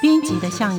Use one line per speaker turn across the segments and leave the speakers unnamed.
编辑的向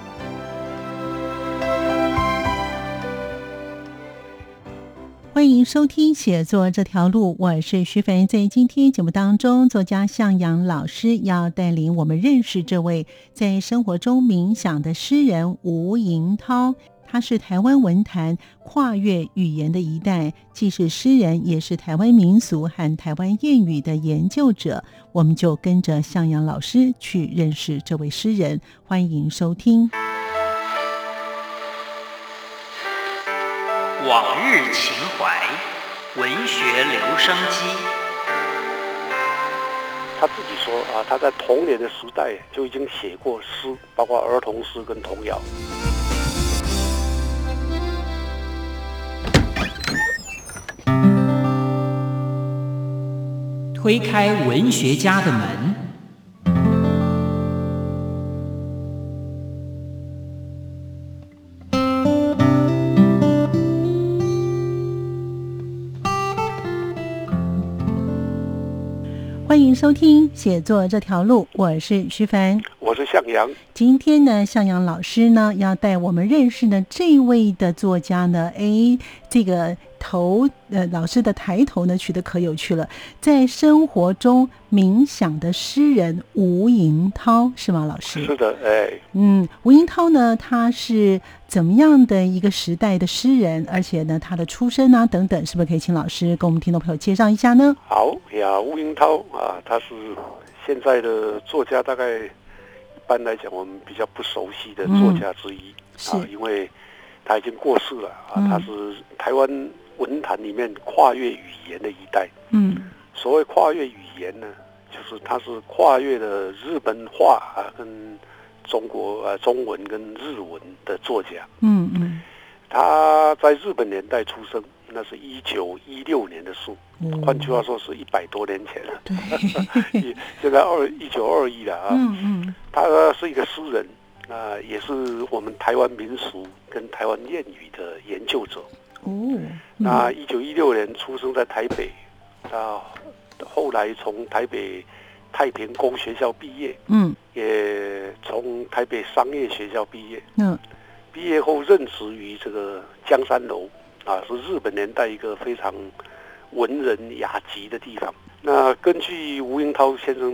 欢迎收听《写作这条路》，我是徐凡。在今天节目当中，作家向阳老师要带领我们认识这位在生活中冥想的诗人吴银涛。他是台湾文坛跨越语言的一代，既是诗人，也是台湾民俗和台湾谚语的研究者。我们就跟着向阳老师去认识这位诗人。欢迎收听。
往日情怀，文学留声机。
他自己说啊，他在童年的时代就已经写过诗，包括儿童诗跟童谣。
推开文学家的门，
欢迎收听《写作这条路》，我是徐凡。
我是向阳，
今天呢，向阳老师呢要带我们认识呢这位的作家呢，诶，这个头呃老师的抬头呢取得可有趣了，在生活中冥想的诗人吴银涛是吗？老师
是的，哎，
嗯，吴英涛呢，他是怎么样的一个时代的诗人？而且呢，他的出身啊等等，是不是可以请老师给我们听众朋友介绍一下呢？
好呀，吴英涛啊，他是现在的作家，大概一般来讲我们比较不熟悉的作家之
嗯
一、
是
啊，因为他已经过世了啊，
嗯
他是台湾文坛里面跨越语言的一代。
嗯
所谓跨越语言呢，就是它是跨越了日本话啊跟中国呃中文跟日文的作家。
嗯嗯
他在日本年代出生，那是一九一六年的事，
嗯，。
换句话说是一百多年前了
对，
一现在二一九二一了啊，
嗯嗯
他是一个诗人，啊、也是我们台湾民俗跟台湾谚语的研究者。
哦，
那一九一六年出生在台北，那后来从台北太平工学校毕业，
嗯
也从台北商业学校毕业。
那
毕业后任职于这个江山楼啊，是日本年代一个非常文人雅集的地方。那根据吴英涛先生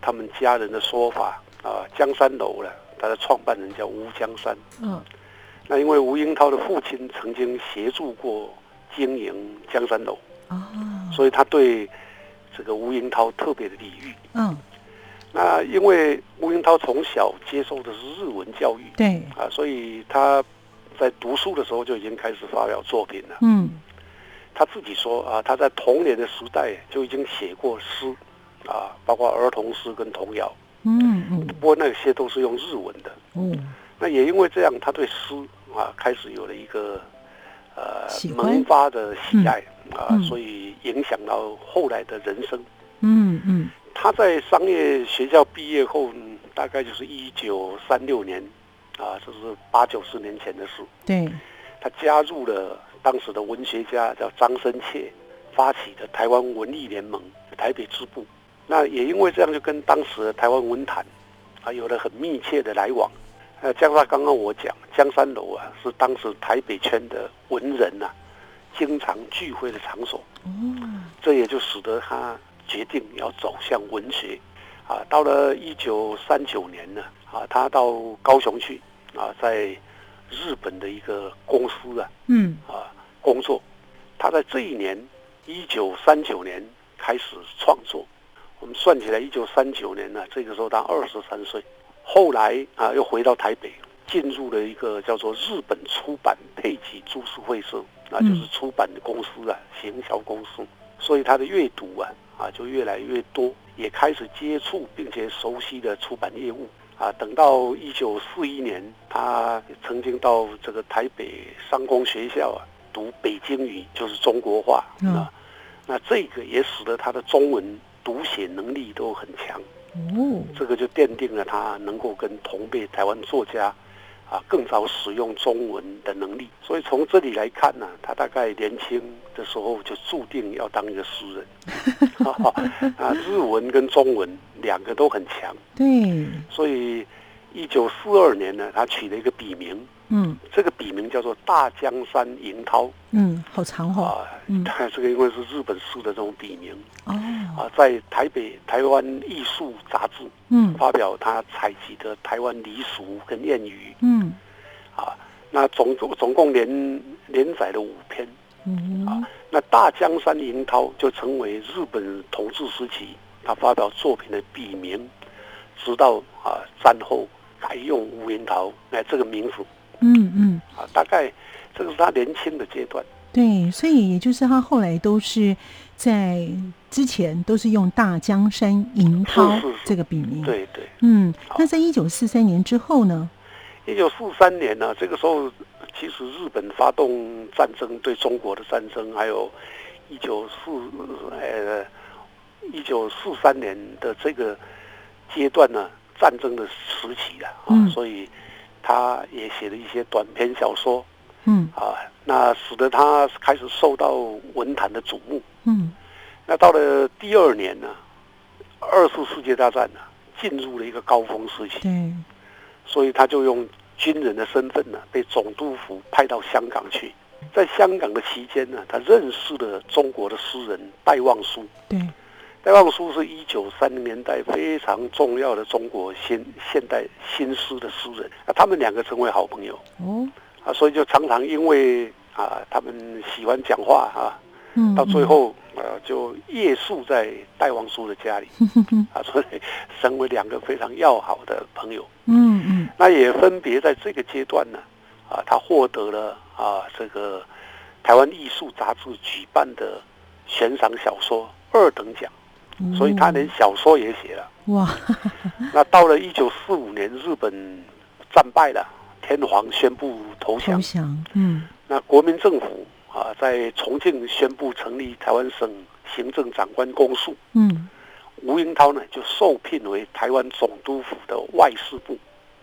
他们家人的说法啊，江山楼呢，它的创办人叫吴江山。
嗯
那因为吴英涛的父亲曾经协助过经营江山楼，
哦
所以他对这个吴英涛特别的礼遇。
嗯
那因为吴英涛从小接受的是日文教育，
对，
啊，所以他在读书的时候就已经开始发表作品了。
嗯
他自己说啊，他在童年的时代就已经写过诗，啊，包括儿童诗跟童谣，
嗯嗯
不过那些都是用日文的。
哦，
那也因为这样，他对诗啊开始有了一个呃
喜欢
萌发的喜爱、啊
嗯，
所以影响到后来的人生。
嗯嗯
他在商业学校毕业后，嗯大概就是一九三六年，啊，这是八九十年前的事。
对，
他加入了当时的文学家叫张深切发起的台湾文艺联盟台北支部。那也因为这样，就跟当时的台湾文坛啊有了很密切的来往。呃，加上刚刚我讲江山楼啊，是当时台北圈的文人呐、经常聚会的场所，
哦
这也就使得他决定要走向文学。啊，到了一九三九年呢，啊，他到高雄去啊，在日本的一个公司啊，
嗯
啊工作。他在这一年，一九三九年开始创作。我们算起来，一九三九年呢、这个时候他二十三岁。后来啊，又回到台北，进入了一个叫做日本出版配给株式会社，啊，就是出版的公司啊，行销公司。所以他的阅读啊，啊就越来越多，也开始接触并且熟悉了出版业务啊，等到一九四一年，他曾经到这个台北商工学校啊读北京语，就是中国话
嗯
啊。那这个也使得他的中文读写能力都很强，
哦，
这个就奠定了他能够跟同辈台湾作家啊更早使用中文的能力。所以从这里来看呢、他大概年轻的时候就注定要当一个诗人。 啊，日文跟中文两个都很强。
对，
所以，一九四二年呢，他取了一个笔名，
嗯
这个笔名叫做大江山银涛
嗯，好长哦，
啊。
嗯
他这个因为是日本书的这种笔名
哦，
啊，在台北台湾艺术杂志
嗯
发表他采集的台湾俚俗跟谚语，
嗯
那总总总共连连载了五篇。
嗯
那大江山银涛就成为日本统治时期他发表作品的笔名，直到啊战后改用吴银桃来这个名字
嗯嗯，
啊，大概这个是他年轻的阶段。
对，所以也就是他后来都是在之前都是用大江山银涛
是是是
这个笔名，，
对对，
嗯，那在一九四三年之后呢？
一九四三年呢、这个时候其实日本发动战争对中国的战争，还有一九四呃一九四三年的这个阶段呢，战争的时期了啊，
嗯
所以他也写了一些短篇小说
嗯
啊，那使得他开始受到文坛的瞩目。
嗯
那到了第二年呢，二次世界大战呢进入了一个高峰时期，
对，
所以他就用军人的身份呢被总督府派到香港去。在香港的期间呢，他认识了中国的诗人戴望舒。
对，
戴望舒是一九三零年代非常重要的中国新现代新诗的诗人，那他们两个成为好朋友
哦，
啊，所以就常常因为啊他们喜欢讲话啊，
嗯，
到最后呃就夜宿在戴望舒的 家里
嗯，
啊，所以成为两个非常要好的朋友。
嗯嗯
那也分别在这个阶段呢，啊，他获得了啊这个台湾艺术杂志举办的悬赏小说二等奖，
嗯，
所以他连小说也写了。
哇，
那到了一九四五年，日本战败了，天皇宣布投
投
降，
降，嗯
那国民政府啊在重庆宣布成立台湾省行政长官公署，
嗯
吴英涛呢就受聘为台湾总督府的外事部，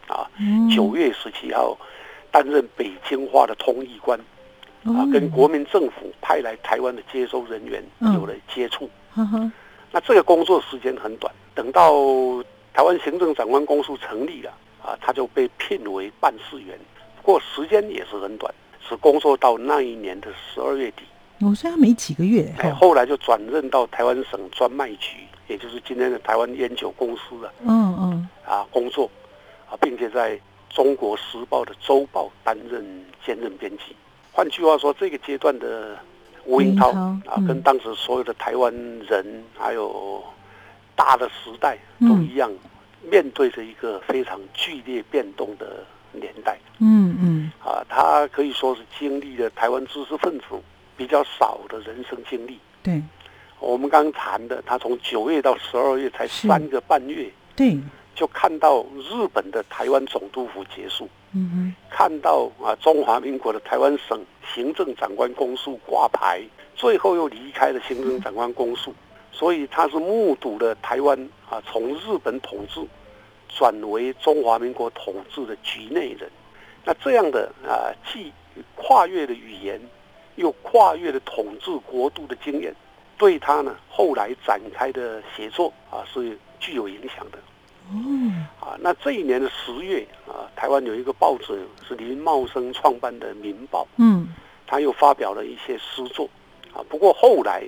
啊，
嗯，
九月十七号担任北京话的通译官啊，
哦
跟国民政府派来台湾的接收人员
嗯
有了接触。
哈哈，
那这个工作时间很短，等到台湾行政长官公署成立了啊，他就被聘为办事员，不过时间也是很短，只工作到那一年的十二月底。
我说哦他没几个月，
哎，后来就转任到台湾省专卖局，也就是今天的台湾烟酒公司了
嗯嗯，
啊工作啊，并且在中国时报的周报担任兼任编辑。换句话说，这个阶段的吴英涛
吴英涛
啊
嗯，
跟当时所有的台湾人还有大的时代
嗯
都一样，面对着一个非常剧烈变动的年代
嗯嗯
啊，他可以说是经历了台湾知识分子比较少的人生经历。
对
我们刚谈的，他从九月到十二月才
是
三个半月，
对，
就看到日本的台湾总督府结束，
嗯
看到啊中华民国的台湾省行政长官公署挂牌，最后又离开了行政长官公署，所以他是目睹了台湾啊从日本统治转为中华民国统治的局内人。那这样的啊，既跨越了语言，又跨越了统治国度的经验，对他呢后来展开的写作啊是具有影响的。
哼，哦，
啊，那这一年的十月啊，台湾有一个报纸是林茂生创办的《民报》，
嗯
他又发表了一些诗作啊。不过后来，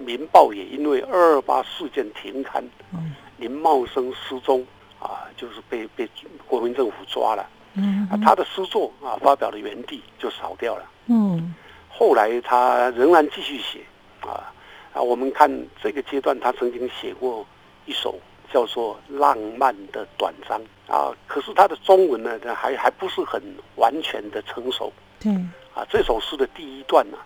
《民报》也因为二二八事件停刊，
哦
林茂生失踪啊，就是被被国民政府抓了
嗯
啊。他的诗作啊，发表的原地就少掉了。
嗯
后来他仍然继续写啊啊。我们看这个阶段，他曾经写过一首叫做《浪漫》的短章啊，可是他的中文呢，还还不是很完全的成熟
对，
啊。这首诗的第一段呢、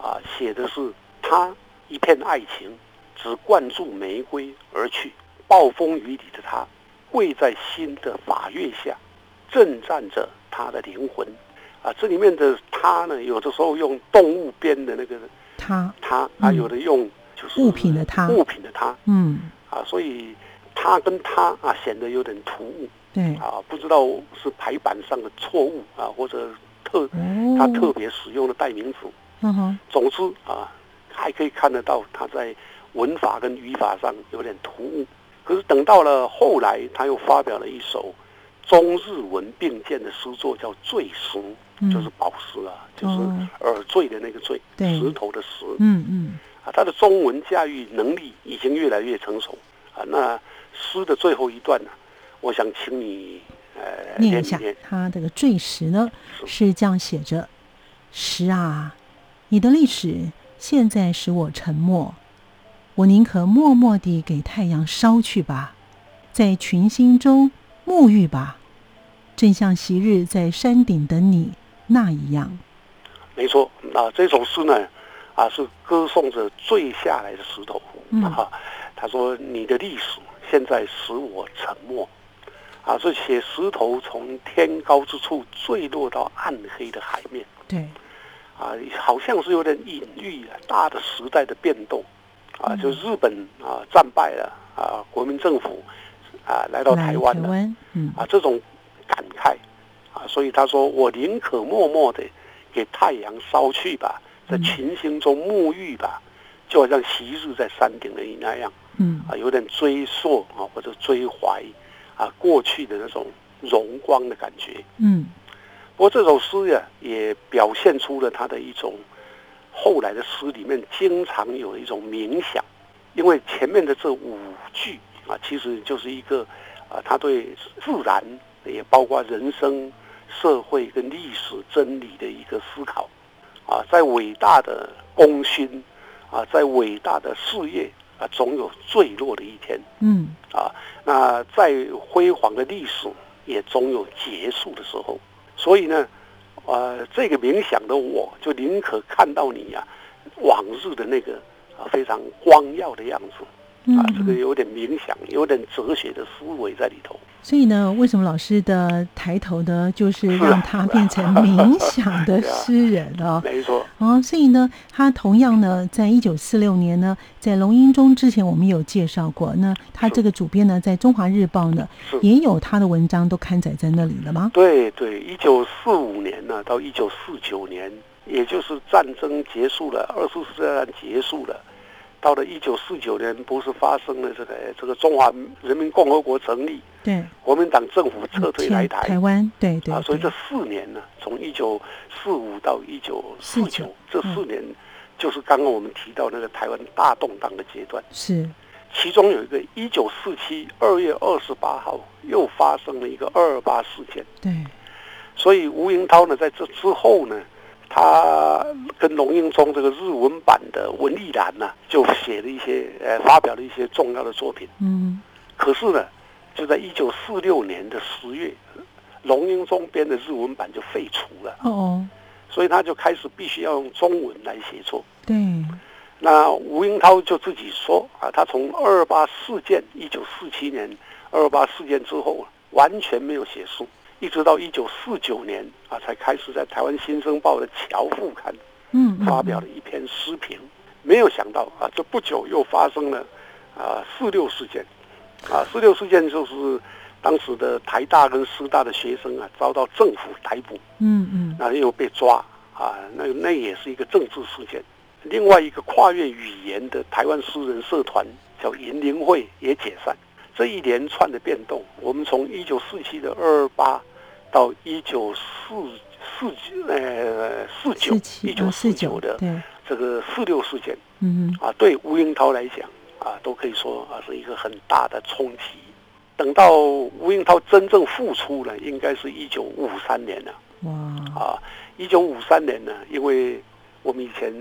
啊，写的是他一片爱情，只灌注玫瑰而去，暴风雨里的他，跪在新的法院下，震颤着他的灵魂。啊，这里面的他呢，有的时候用动物编的那个
他，
他，
嗯
啊，有的用就是
物品的他
物品的他
嗯，
啊，所以他跟他啊显得有点突兀
对，
啊，不知道是排版上的错误啊，或者特
哦，
他特别使用的代名词。
嗯哼，
总之啊，还可以看得到他在文法跟语法上有点突兀。可是等到了后来，他又发表了一首中日文并建的诗作，叫《醉石》，
嗯
就是宝石啊，就是
哦
耳坠的那个坠，
对
石头的石
嗯嗯，
啊。他的中文驾驭能力已经越来越成熟啊。那诗的最后一段呢、我想请你呃
念一下
念
他这个坠石呢是这样写着：石啊，你的历史现在使我沉默，我宁可默默地给太阳烧去吧，在群星中沐浴吧，正像昔日在山顶的你那一样。
嗯没错，啊，这首诗呢，啊，是歌颂着坠下来的石头。
嗯
啊，他说：“你的历史现在使我沉默。”啊，这些石头从天高之处坠落到暗黑的海面，
对，
啊，好像是有点隐喻啊，大的时代的变动，
嗯
啊，就日本啊战败了啊，国民政府啊来到
来
台湾
台
了，
湾，嗯，
啊，这种感慨啊，所以他说我宁可默默的给太阳烧去吧，在群星中沐浴吧，就好像昔日在山顶的你那样
嗯，
啊，有点追溯啊或者追怀啊过去的那种荣光的感觉。
嗯，
不过这首诗呀、也表现出了他的一种后来的诗里面经常有一种冥想，因为前面的这五句啊，其实就是一个啊，他对自然也包括人生、社会跟历史真理的一个思考啊，在伟大的功勋啊，在伟大的事业啊，总有坠落的一天。
嗯，
啊，那再辉煌的历史也总有结束的时候。所以呢，呃，这个冥想的我就宁可看到你呀、往日的那个啊非常光耀的样子
嗯，
啊，这个
嗯
有点冥想，有点哲学的思维在里头。
所以呢，为什么老师的抬头呢， 就是
是啊
让他变成冥想的
对啊
诗人了、
没错，
哦，所以呢，他同样呢，在一九四六年呢，在龙英中之前，我们有介绍过。那他这个主编呢，在《中华日报》呢
是，
也有他的文章都刊载在那里了吗？
对对，一九四五年呢、到一九四九年，也就是战争结束了，二次世界大战结束了。到了一九四九年，不是发生了这个这个中华人民共和国成立，
对，嗯
国民党政府撤退来
前
哦台
台湾，对对
啊，所以这
对，
四年呢，从一九四五到一九四
49
九，嗯这四年就是刚刚我们提到那个台湾大动荡的阶段。
是，
其中有一个一九四七二月二十八号又发生了一个二二八事件，
对，
所以吴英涛呢，在这之后呢，他跟龙应忠这个日文版的文艺栏呢，就写了一些呃，发表了一些重要的作品。
嗯，
可是呢，就在一九四六年的十月，龙应忠编的日文版就废除了，
哦哦，
所以他就开始必须要用中文来写作。
对，嗯
那吴英涛就自己说啊，他从二二八事件一九四七年二二八事件之后啊，完全没有写书，一直到一九四九年啊，才开始在台湾新生报的侨副刊
嗯，嗯
发表了一篇诗评。没有想到啊，这不久又发生了啊四六事件，啊四六事件就是当时的台大跟师大的学生啊遭到政府逮捕，
嗯嗯，
然后又被抓啊，那那也是一个政治事件。另外一个跨越语言的台湾诗人社团叫银铃会也解散。这一连串的变动，我们从一九四七的二二八到一九四四呃四九
四七啊
一九四
四
九
九
的
对，
这个四六事件
嗯嗯
啊，对吴英涛来讲啊，都可以说啊是一个很大的冲击。等到吴英涛真正复出呢，应该是一九五三年了。
哇，
啊，一九五三年呢，因为我们以前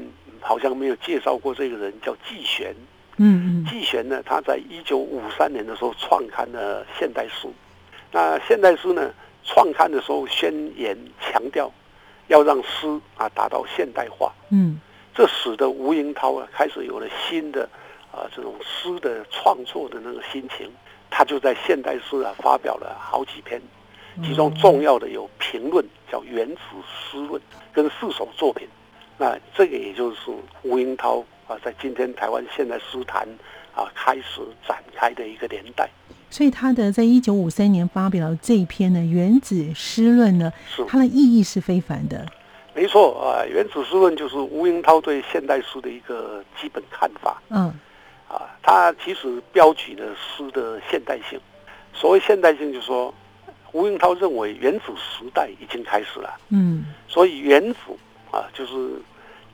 好像没有介绍过这个人，叫季玄。
嗯嗯，
季玄呢，他在一九五三年的时候创刊了《现代诗》。那《现代诗》呢，创刊的时候宣言强调要让诗啊达到现代化，
嗯
这使得吴英涛啊开始有了新的啊这种诗的创作的那个心情。他就在现代诗啊发表了好几篇，其
嗯
中
哦
重要的有评论叫《原始诗论》跟四首作品。那这个也就是吴英涛啊，在今天台湾现代诗坛啊开始展开的一个年代。
所以他的在一九五三年发表这一篇呢《原子诗论》呢，
是
它的意义是非凡的。
没错啊，《原子诗论》就是吴英涛对现代诗的一个基本看法
嗯
啊。他其实标举了诗的现代性。所谓现代性，就是说吴英涛认为原子时代已经开始了，
嗯，
所以原子啊，就是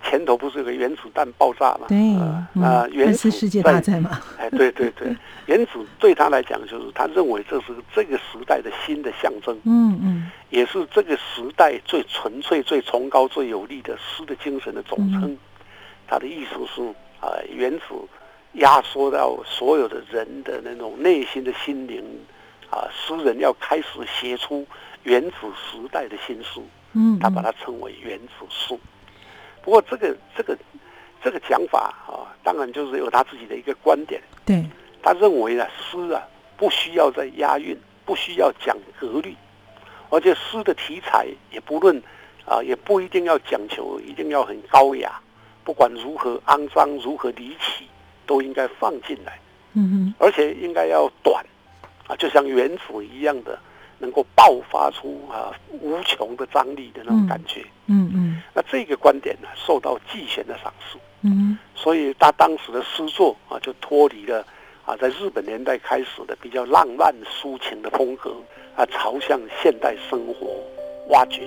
前头不是有个原子弹爆炸嘛？
对，
啊
嗯
那原
二
子
次世界大
在
战嘛，
哎，对对 对，原子对他来讲，就是他认为这是这个时代的新的象征，
嗯嗯
也是这个时代最纯粹、最崇高、最有力的诗的精神的总称。他的意思是啊、呃原子压缩到所有的人的那种内心的心灵啊、诗人要开始写出原子时代的新诗。
嗯，
他把它称为原子数。不过这个这个这个讲法啊，当然就是有他自己的一个观点。
对，
他认为呢，诗啊不需要再押韵，不需要讲格律，而且诗的题材也不论啊，也不一定要讲求一定要很高雅，不管如何肮脏，如何离奇，都应该放进来，
嗯
而且应该要短啊，就像原子一样的，能够爆发出啊无穷的张力的那种感觉。
哼，嗯嗯
那这个观点呢，受到季贤的赏识，
嗯
所以他当时的诗作啊，就脱离了啊，在日本年代开始的比较浪漫抒情的风格啊，朝向现代生活挖掘。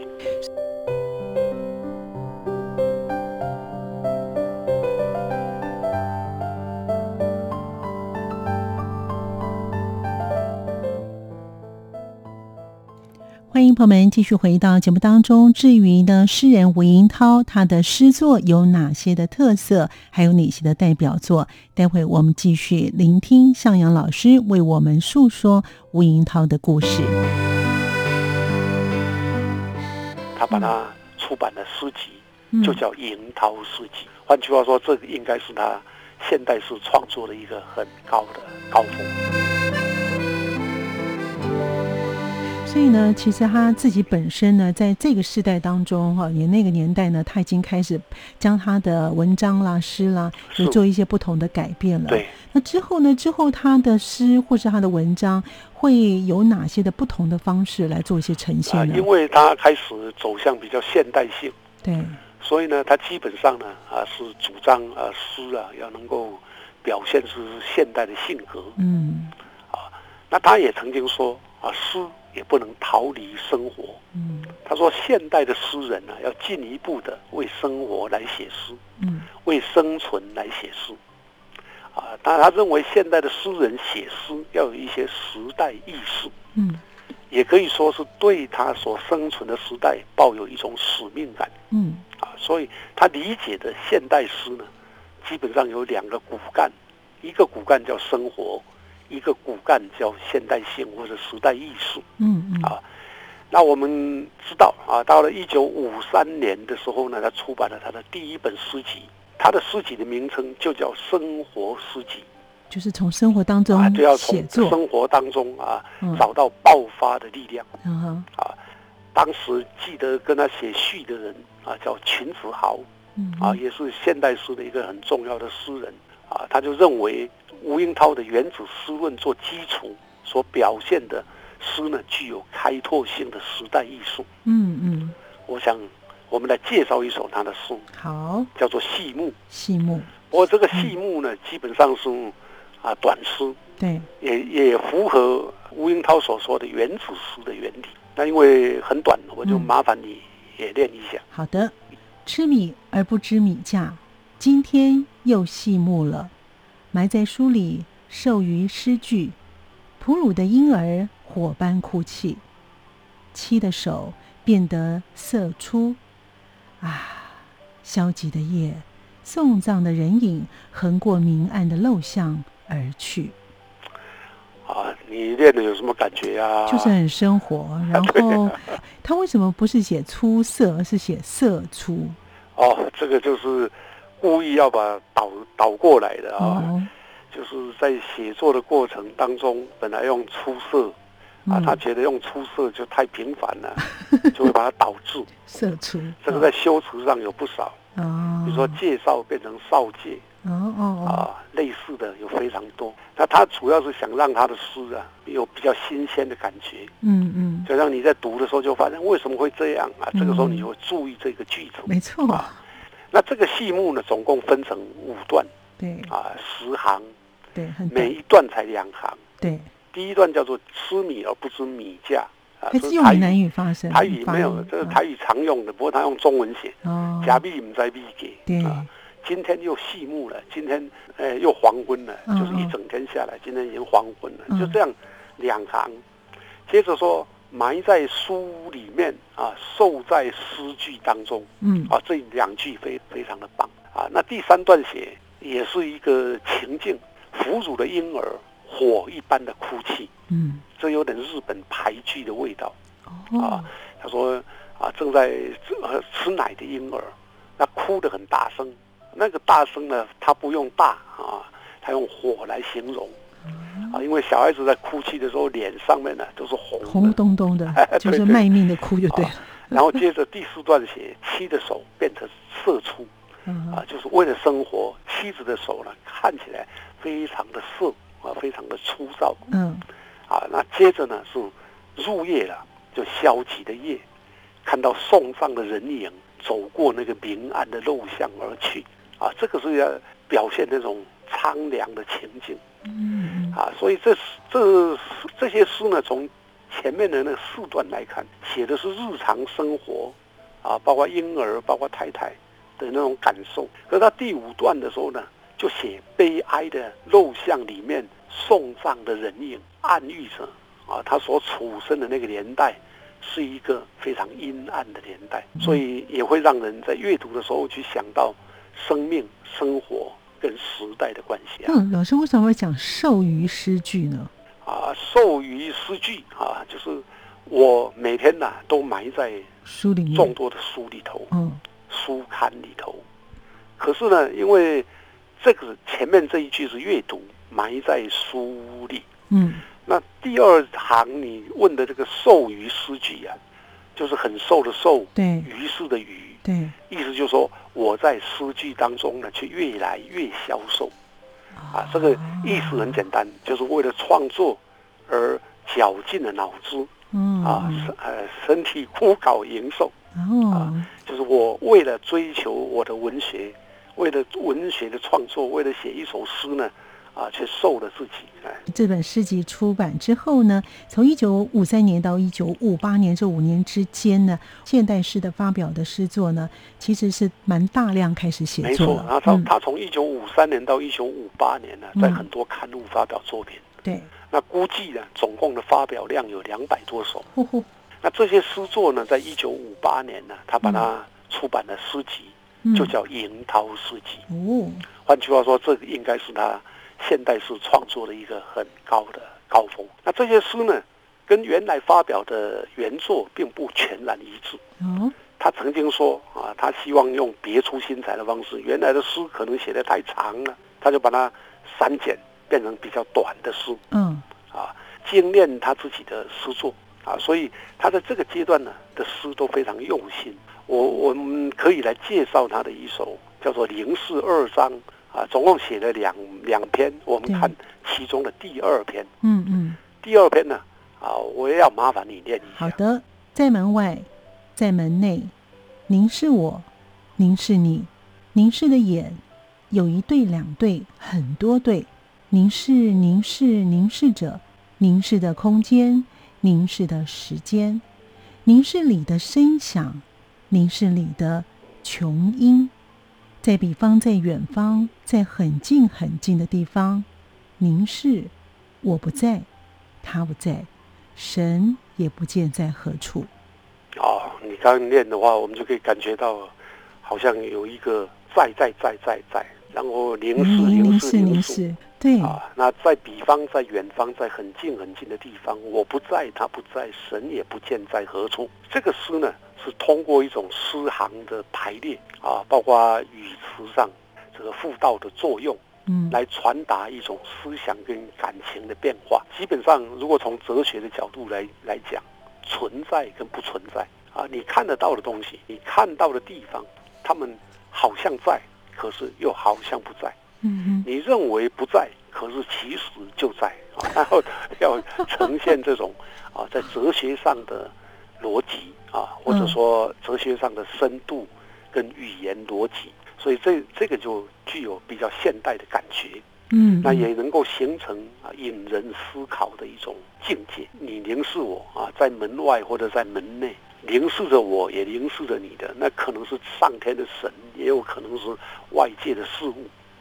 欢迎朋友们继续回到节目当中。至于呢，诗人吴英涛他的诗作有哪些的特色，还有哪些的代表作？待会我们继续聆听向阳老师为我们述说吴英涛的故事。
他把它出版的诗集
嗯
就叫《迎涛诗集》。换句话说，这个应该是他现代诗创作的一个很高的高峰。
所以呢，其实他自己本身呢，在这个时代当中哈，也那个年代呢，他已经开始将他的文章啦、诗啦，
是
有做一些不同的改变了。
对。啊
那之后呢？之后他的诗或是他的文章会有哪些的不同的方式来做一些呈
啊，
现呢？
因为他开始走向比较现代性。
对，
所以呢，他基本上呢啊是主张啊诗啊要能够表现出现代的性格。
嗯
那他也曾经说啊，诗也不能逃离生活。
嗯
他说，现代的诗人呢、要进一步的为生活来写诗，
嗯
为生存来写诗。啊，但他认为现代的诗人写诗要有一些时代意识，
嗯
也可以说是对他所生存的时代抱有一种使命感。
嗯
啊，所以他理解的现代诗呢，基本上有两个骨干，一个骨干叫生活，一个骨干叫现代性或者时代艺术。
嗯嗯
啊那我们知道啊，到了一九五三年的时候呢，他出版了他的第一本诗集，他的诗集的名称就叫《生活诗集
就是从生活当》中
啊，就要
写
从
作，
生活当中啊
嗯
找到爆发的力量。
然后
当时记得跟他写序的人啊，叫秦子豪，
嗯
啊，也是现代诗的一个很重要的诗人啊，他就认为吴英涛的《原子诗论》做基础所表现的诗呢，具有开拓性的时代艺术。
嗯嗯
我想，我们来介绍一首他的诗，
好，
叫做《戏幕》。
戏目
不过这
嗯
个戏幕呢，基本上是啊短诗，
对，
也也符合吴英涛所说的原子诗的原理。那因为很短，我就
嗯
麻烦你也练一下。
好的，吃米而不知米价，今天又戏目了。埋在书里，授予诗句。哺乳的婴儿火般哭泣，妻的手变得色出。啊，消极的夜，送葬的人影横过明暗的陋巷而去，
啊，你练的有什么感觉啊？
就是很生活。然后，他为什么不是写出色，而是写色出？
哦，这个就是故意要把倒倒过来的啊、
哦，
就是在写作的过程当中，本来用出色啊，
嗯
他觉得用出色就太频繁 了，就会把它导致。
社畜，
这个在修辞上有不少，
哦，
比如说介绍变成少介
哦哦
啊，类似的有非常多。那他主要是想让他的诗啊有比较新鲜的感觉，
哦，嗯嗯，
就让你在读的时候就发现为什么会这样啊？这个时候你就会注意这个句子。
没错，
啊那这个戏目呢，总共分成五段
对
啊，十行，
嗯对，很
每一段才两行。
对，
第一段叫做“吃米而不知米价”，啊，
它
这
是
是
用
台
闽南
语，
语发声，
台语
发
没有，
音
这是
啊
台语常用的，不过他用中文写
哦
“假币唔在币给”，
对
啊，今天又细幕了，今天呃又黄昏了，
嗯
就是一整天下来，今天已经黄昏了，
嗯
就这样两行。接着说埋在书里面啊，受在诗句当中
嗯
啊，这两句非非常的棒啊。那第三段写也是一个情境，哺乳的婴儿火一般的哭泣，
嗯
这有点日本排剧的味道。
哦
啊，他说啊，正在呃吃奶的婴儿，那哭得很大声，那个大声呢，他不用大啊，他用火来形容啊，因为小孩子在哭泣的时候，脸上面呢都是红的。
红咚咚的，就是
对对
卖命的哭就对了，
然后接着第四段写妻的手变成射出
嗯
啊，就是为了生活，妻子的手呢看起来非常的色啊，非常的粗糙。
嗯
啊，那接着呢是入夜了，就消极的夜，看到送葬的人影走过那个明暗的陋巷而去，啊，这个是要表现那种苍凉的情景
嗯
啊，所以这这这些诗呢，从前面的那四段来看，写的是日常生活，啊，包括婴儿，包括太太的那种感受。可是到第五段的时候呢，就写悲哀的陋巷里面送葬的人影，暗喻着啊，他所处身的那个年代是一个非常阴暗的年代，所以也会让人在阅读的时候去想到生命、生活跟时代的关系啊。
那老师为什么会讲授予诗句呢？
啊，授予诗句啊，就是我每天呐、都埋在
书里
众
面，
多的书里头、
嗯
书刊里头。可是呢，因为这个前面这一句是阅读，埋在书里。
嗯
那第二行你问的这个授予诗句啊，就是很瘦的瘦，
对
于是的于，
对
意思就是说我在诗句当中呢，却越来越消瘦。啊，这个意思很简单，就是为了创作而绞尽了脑汁
嗯
啊，身呃身体枯槁盈瘦，
哦
就是我为了追求我的文学，为了文学的创作，为了写一首诗呢，啊，却瘦了自己，哎，
这本诗集出版之后呢，从一九五三年到一九五八年这五年之间呢，现代诗的发表的诗作呢，其实是蛮大量开始写
没
作
错，嗯
了。
然后他、他从一九五三年到一九五八年呢，在很多刊物发表作品，
嗯对，
那估计呢，总共的发表量有两百多首。
呼呼，
那这些诗作呢，在一九五八年呢，他把它出版的诗集。
嗯
就叫《樱桃诗集》。
哦，
换句话说，这个应该是他现代诗创作的一个很高的高峰。那这些诗呢，跟原来发表的原作并不全然一致。
哦，
他曾经说啊，他希望用别出心裁的方式，原来的诗可能写的太长了，他就把它删减，变成比较短的诗
嗯
啊，精炼他自己的诗作啊。所以他在这个阶段呢的诗都非常用心。我我们可以来介绍他的一首叫做《零四二章》啊，总共写了两两篇，我们
对
看其中的第二篇。
嗯嗯，
第二篇呢啊，我也要麻烦你念一
好
下。
的，在门外，在门内，凝视我，凝视你，凝视的眼，有一对、两对、很多对，凝视、凝视、凝视着，凝视的空间，凝视的时间，凝视里的声响，凝视里的琼音，在彼方，在远方，在很近很近的地方，凝视，我不在，他不在，神也不见在何处。
哦，你刚刚念的话，我们就可以感觉到，好像有一个在在在在在，然后零四嗯零
凝
四
视
零
凝
四。
视，对，
啊，那在彼方，在远方，在很近很近的地方，我不在，他不在，神也不见在何处。这个诗呢，是通过一种诗行的排列啊，包括语词上这个妇道的作用
嗯，
来传达一种思想跟感情的变化。基本上，如果从哲学的角度来来讲，存在跟不存在啊，你看得到的东西，你看到的地方，他们好像在，可是又好像不在。
嗯
你认为不在，可是其实就在啊。然后要呈现这种啊，在哲学上的逻辑啊，或者说哲学上的深度跟语言逻辑，所以这这个就具有比较现代的感觉。
嗯，
那也能够形成啊引人思考的一种境界。你凝视我啊，在门外或者在门内凝视着我，也凝视着你的，那可能是上天的神，也有可能是外界的事物。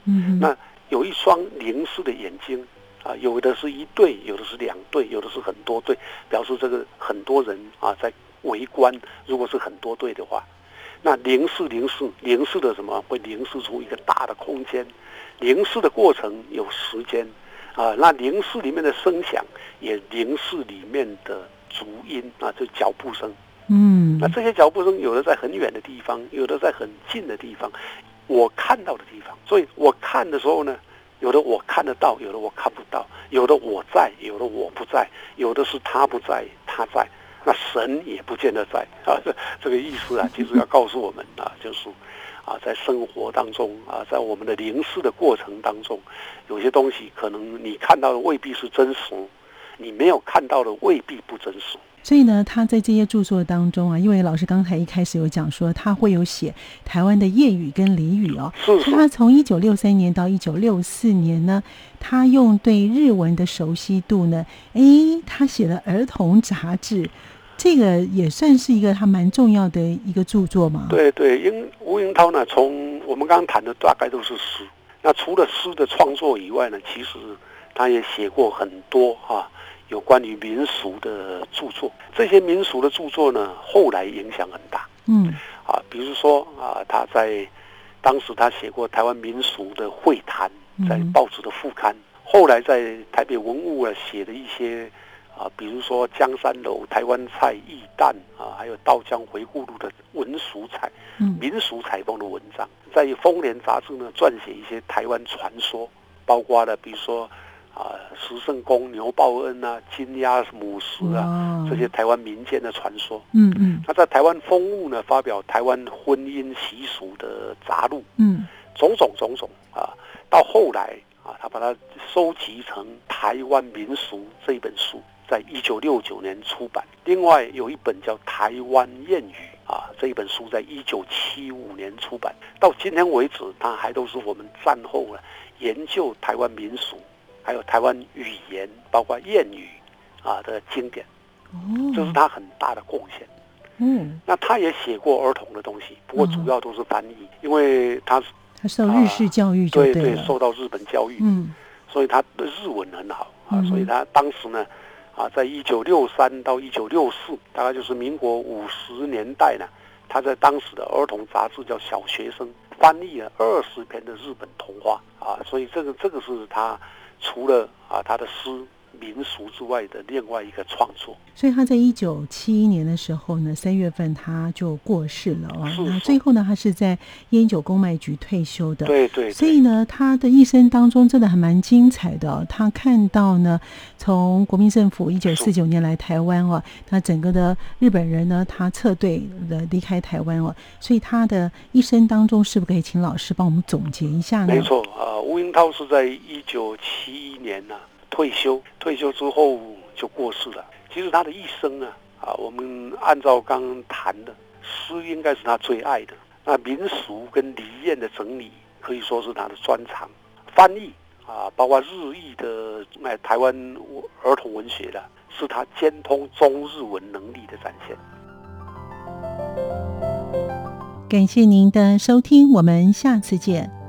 嗯
那有一双凝视的眼睛啊，有的是一对，有的是两对，有的是很多对，表示这个很多人啊在围观。如果是很多对的话，那凝视凝视凝视的什么会凝视出一个大的空间，凝视的过程有时间啊，那凝视里面的声响也凝视里面的足音啊，就脚步声。
嗯
那这些脚步声有的在很远的地方，有的在很近的地方，我看到的地方。所以我看的时候呢，有的我看得到，有的我看不到，有的我在，有的我不在，有的是他不在，他在。那神也不见得在啊，这这个意思啊，就是要告诉我们啊，就是啊，在生活当中啊，在我们的凝视的过程当中，有些东西可能你看到的未必是真实，你没有看到的未必不真实。
所以呢，他在这些著作当中啊，因为老师刚才一开始有讲说，他会有写台湾的谚语跟俚语哦。
是
所
是
以他从一九六三年到一九六四年呢，他用对日文的熟悉度呢，诶，他写了儿童杂志，这个也算是一个他蛮重要的一个著作嘛。，
对对，因吴英涛呢，从我们刚刚谈的大概都是诗。那除了诗的创作以外呢，其实他也写过很多啊有关于民俗的著作。这些民俗的著作呢，后来影响很大
嗯
啊。比如说啊，他在当时他写过台湾民俗的会谈，在
嗯
报纸的副刊。后来在台北文物啊写的一些啊，比如说江山楼、台湾菜、艺蛋啊，还有道江回顾录的文俗采。
嗯
民俗采风的文章，在《丰年》杂志呢撰写一些台湾传说，包括了比如说啊、石圣公、牛报恩啊、金鸭母狮啊
哇
这些台湾民间的传说。
嗯嗯
那在台湾风物呢发表台湾婚姻习俗的杂录，
嗯
种种种种啊，到后来啊，他把它收集成《台湾民俗》这一本书，在一九六九年出版。另外有一本叫《台湾谚语》啊，这一本书在一九七五年出版。到今天为止，它还都是我们战后呢研究台湾民俗，还有台湾语言，包括谚语啊的经典，
哦，
这是他很大的贡献。
嗯，
那他也写过儿童的东西，不过主要都是翻译，因为他是
他受日式教育就
对
对
对
了，，
受到日本教育，
嗯
所以他的日文很好啊
嗯，
所以他当时呢，啊，在一九六三到一九六四，大概就是民国五十年代呢，他在当时的儿童杂志叫《小学生》翻译了二十篇的日本童话啊，所以这个这个是他除了啊他的诗民俗之外的另外一个创作。
所以他在一九七一年的时候呢，三月份他就过世了哦。
是
那
是
最后呢，他是在烟酒公卖局退休的。
对对
啊所
对，
以呢，他的一生当中真的还蛮精彩的哦、他看到呢，从国民政府一九四九年来台湾哦，那整个的日本人呢，他撤退呃离开台湾哦，所以他的一生当中，是不是可以请老师帮我们总结一下呢？
没错啊，吴英涛是在一九七一年呢、退休，退休之后就过世了。其实他的一生呢，啊，我们按照刚刚谈的，诗应该是他最爱的。那民俗跟俚谚的整理可以说是他的专长，翻译啊，包括日译的哎台湾呃儿童文学的，是他兼通中日文能力的展现。
感谢您的收听，我们下次见。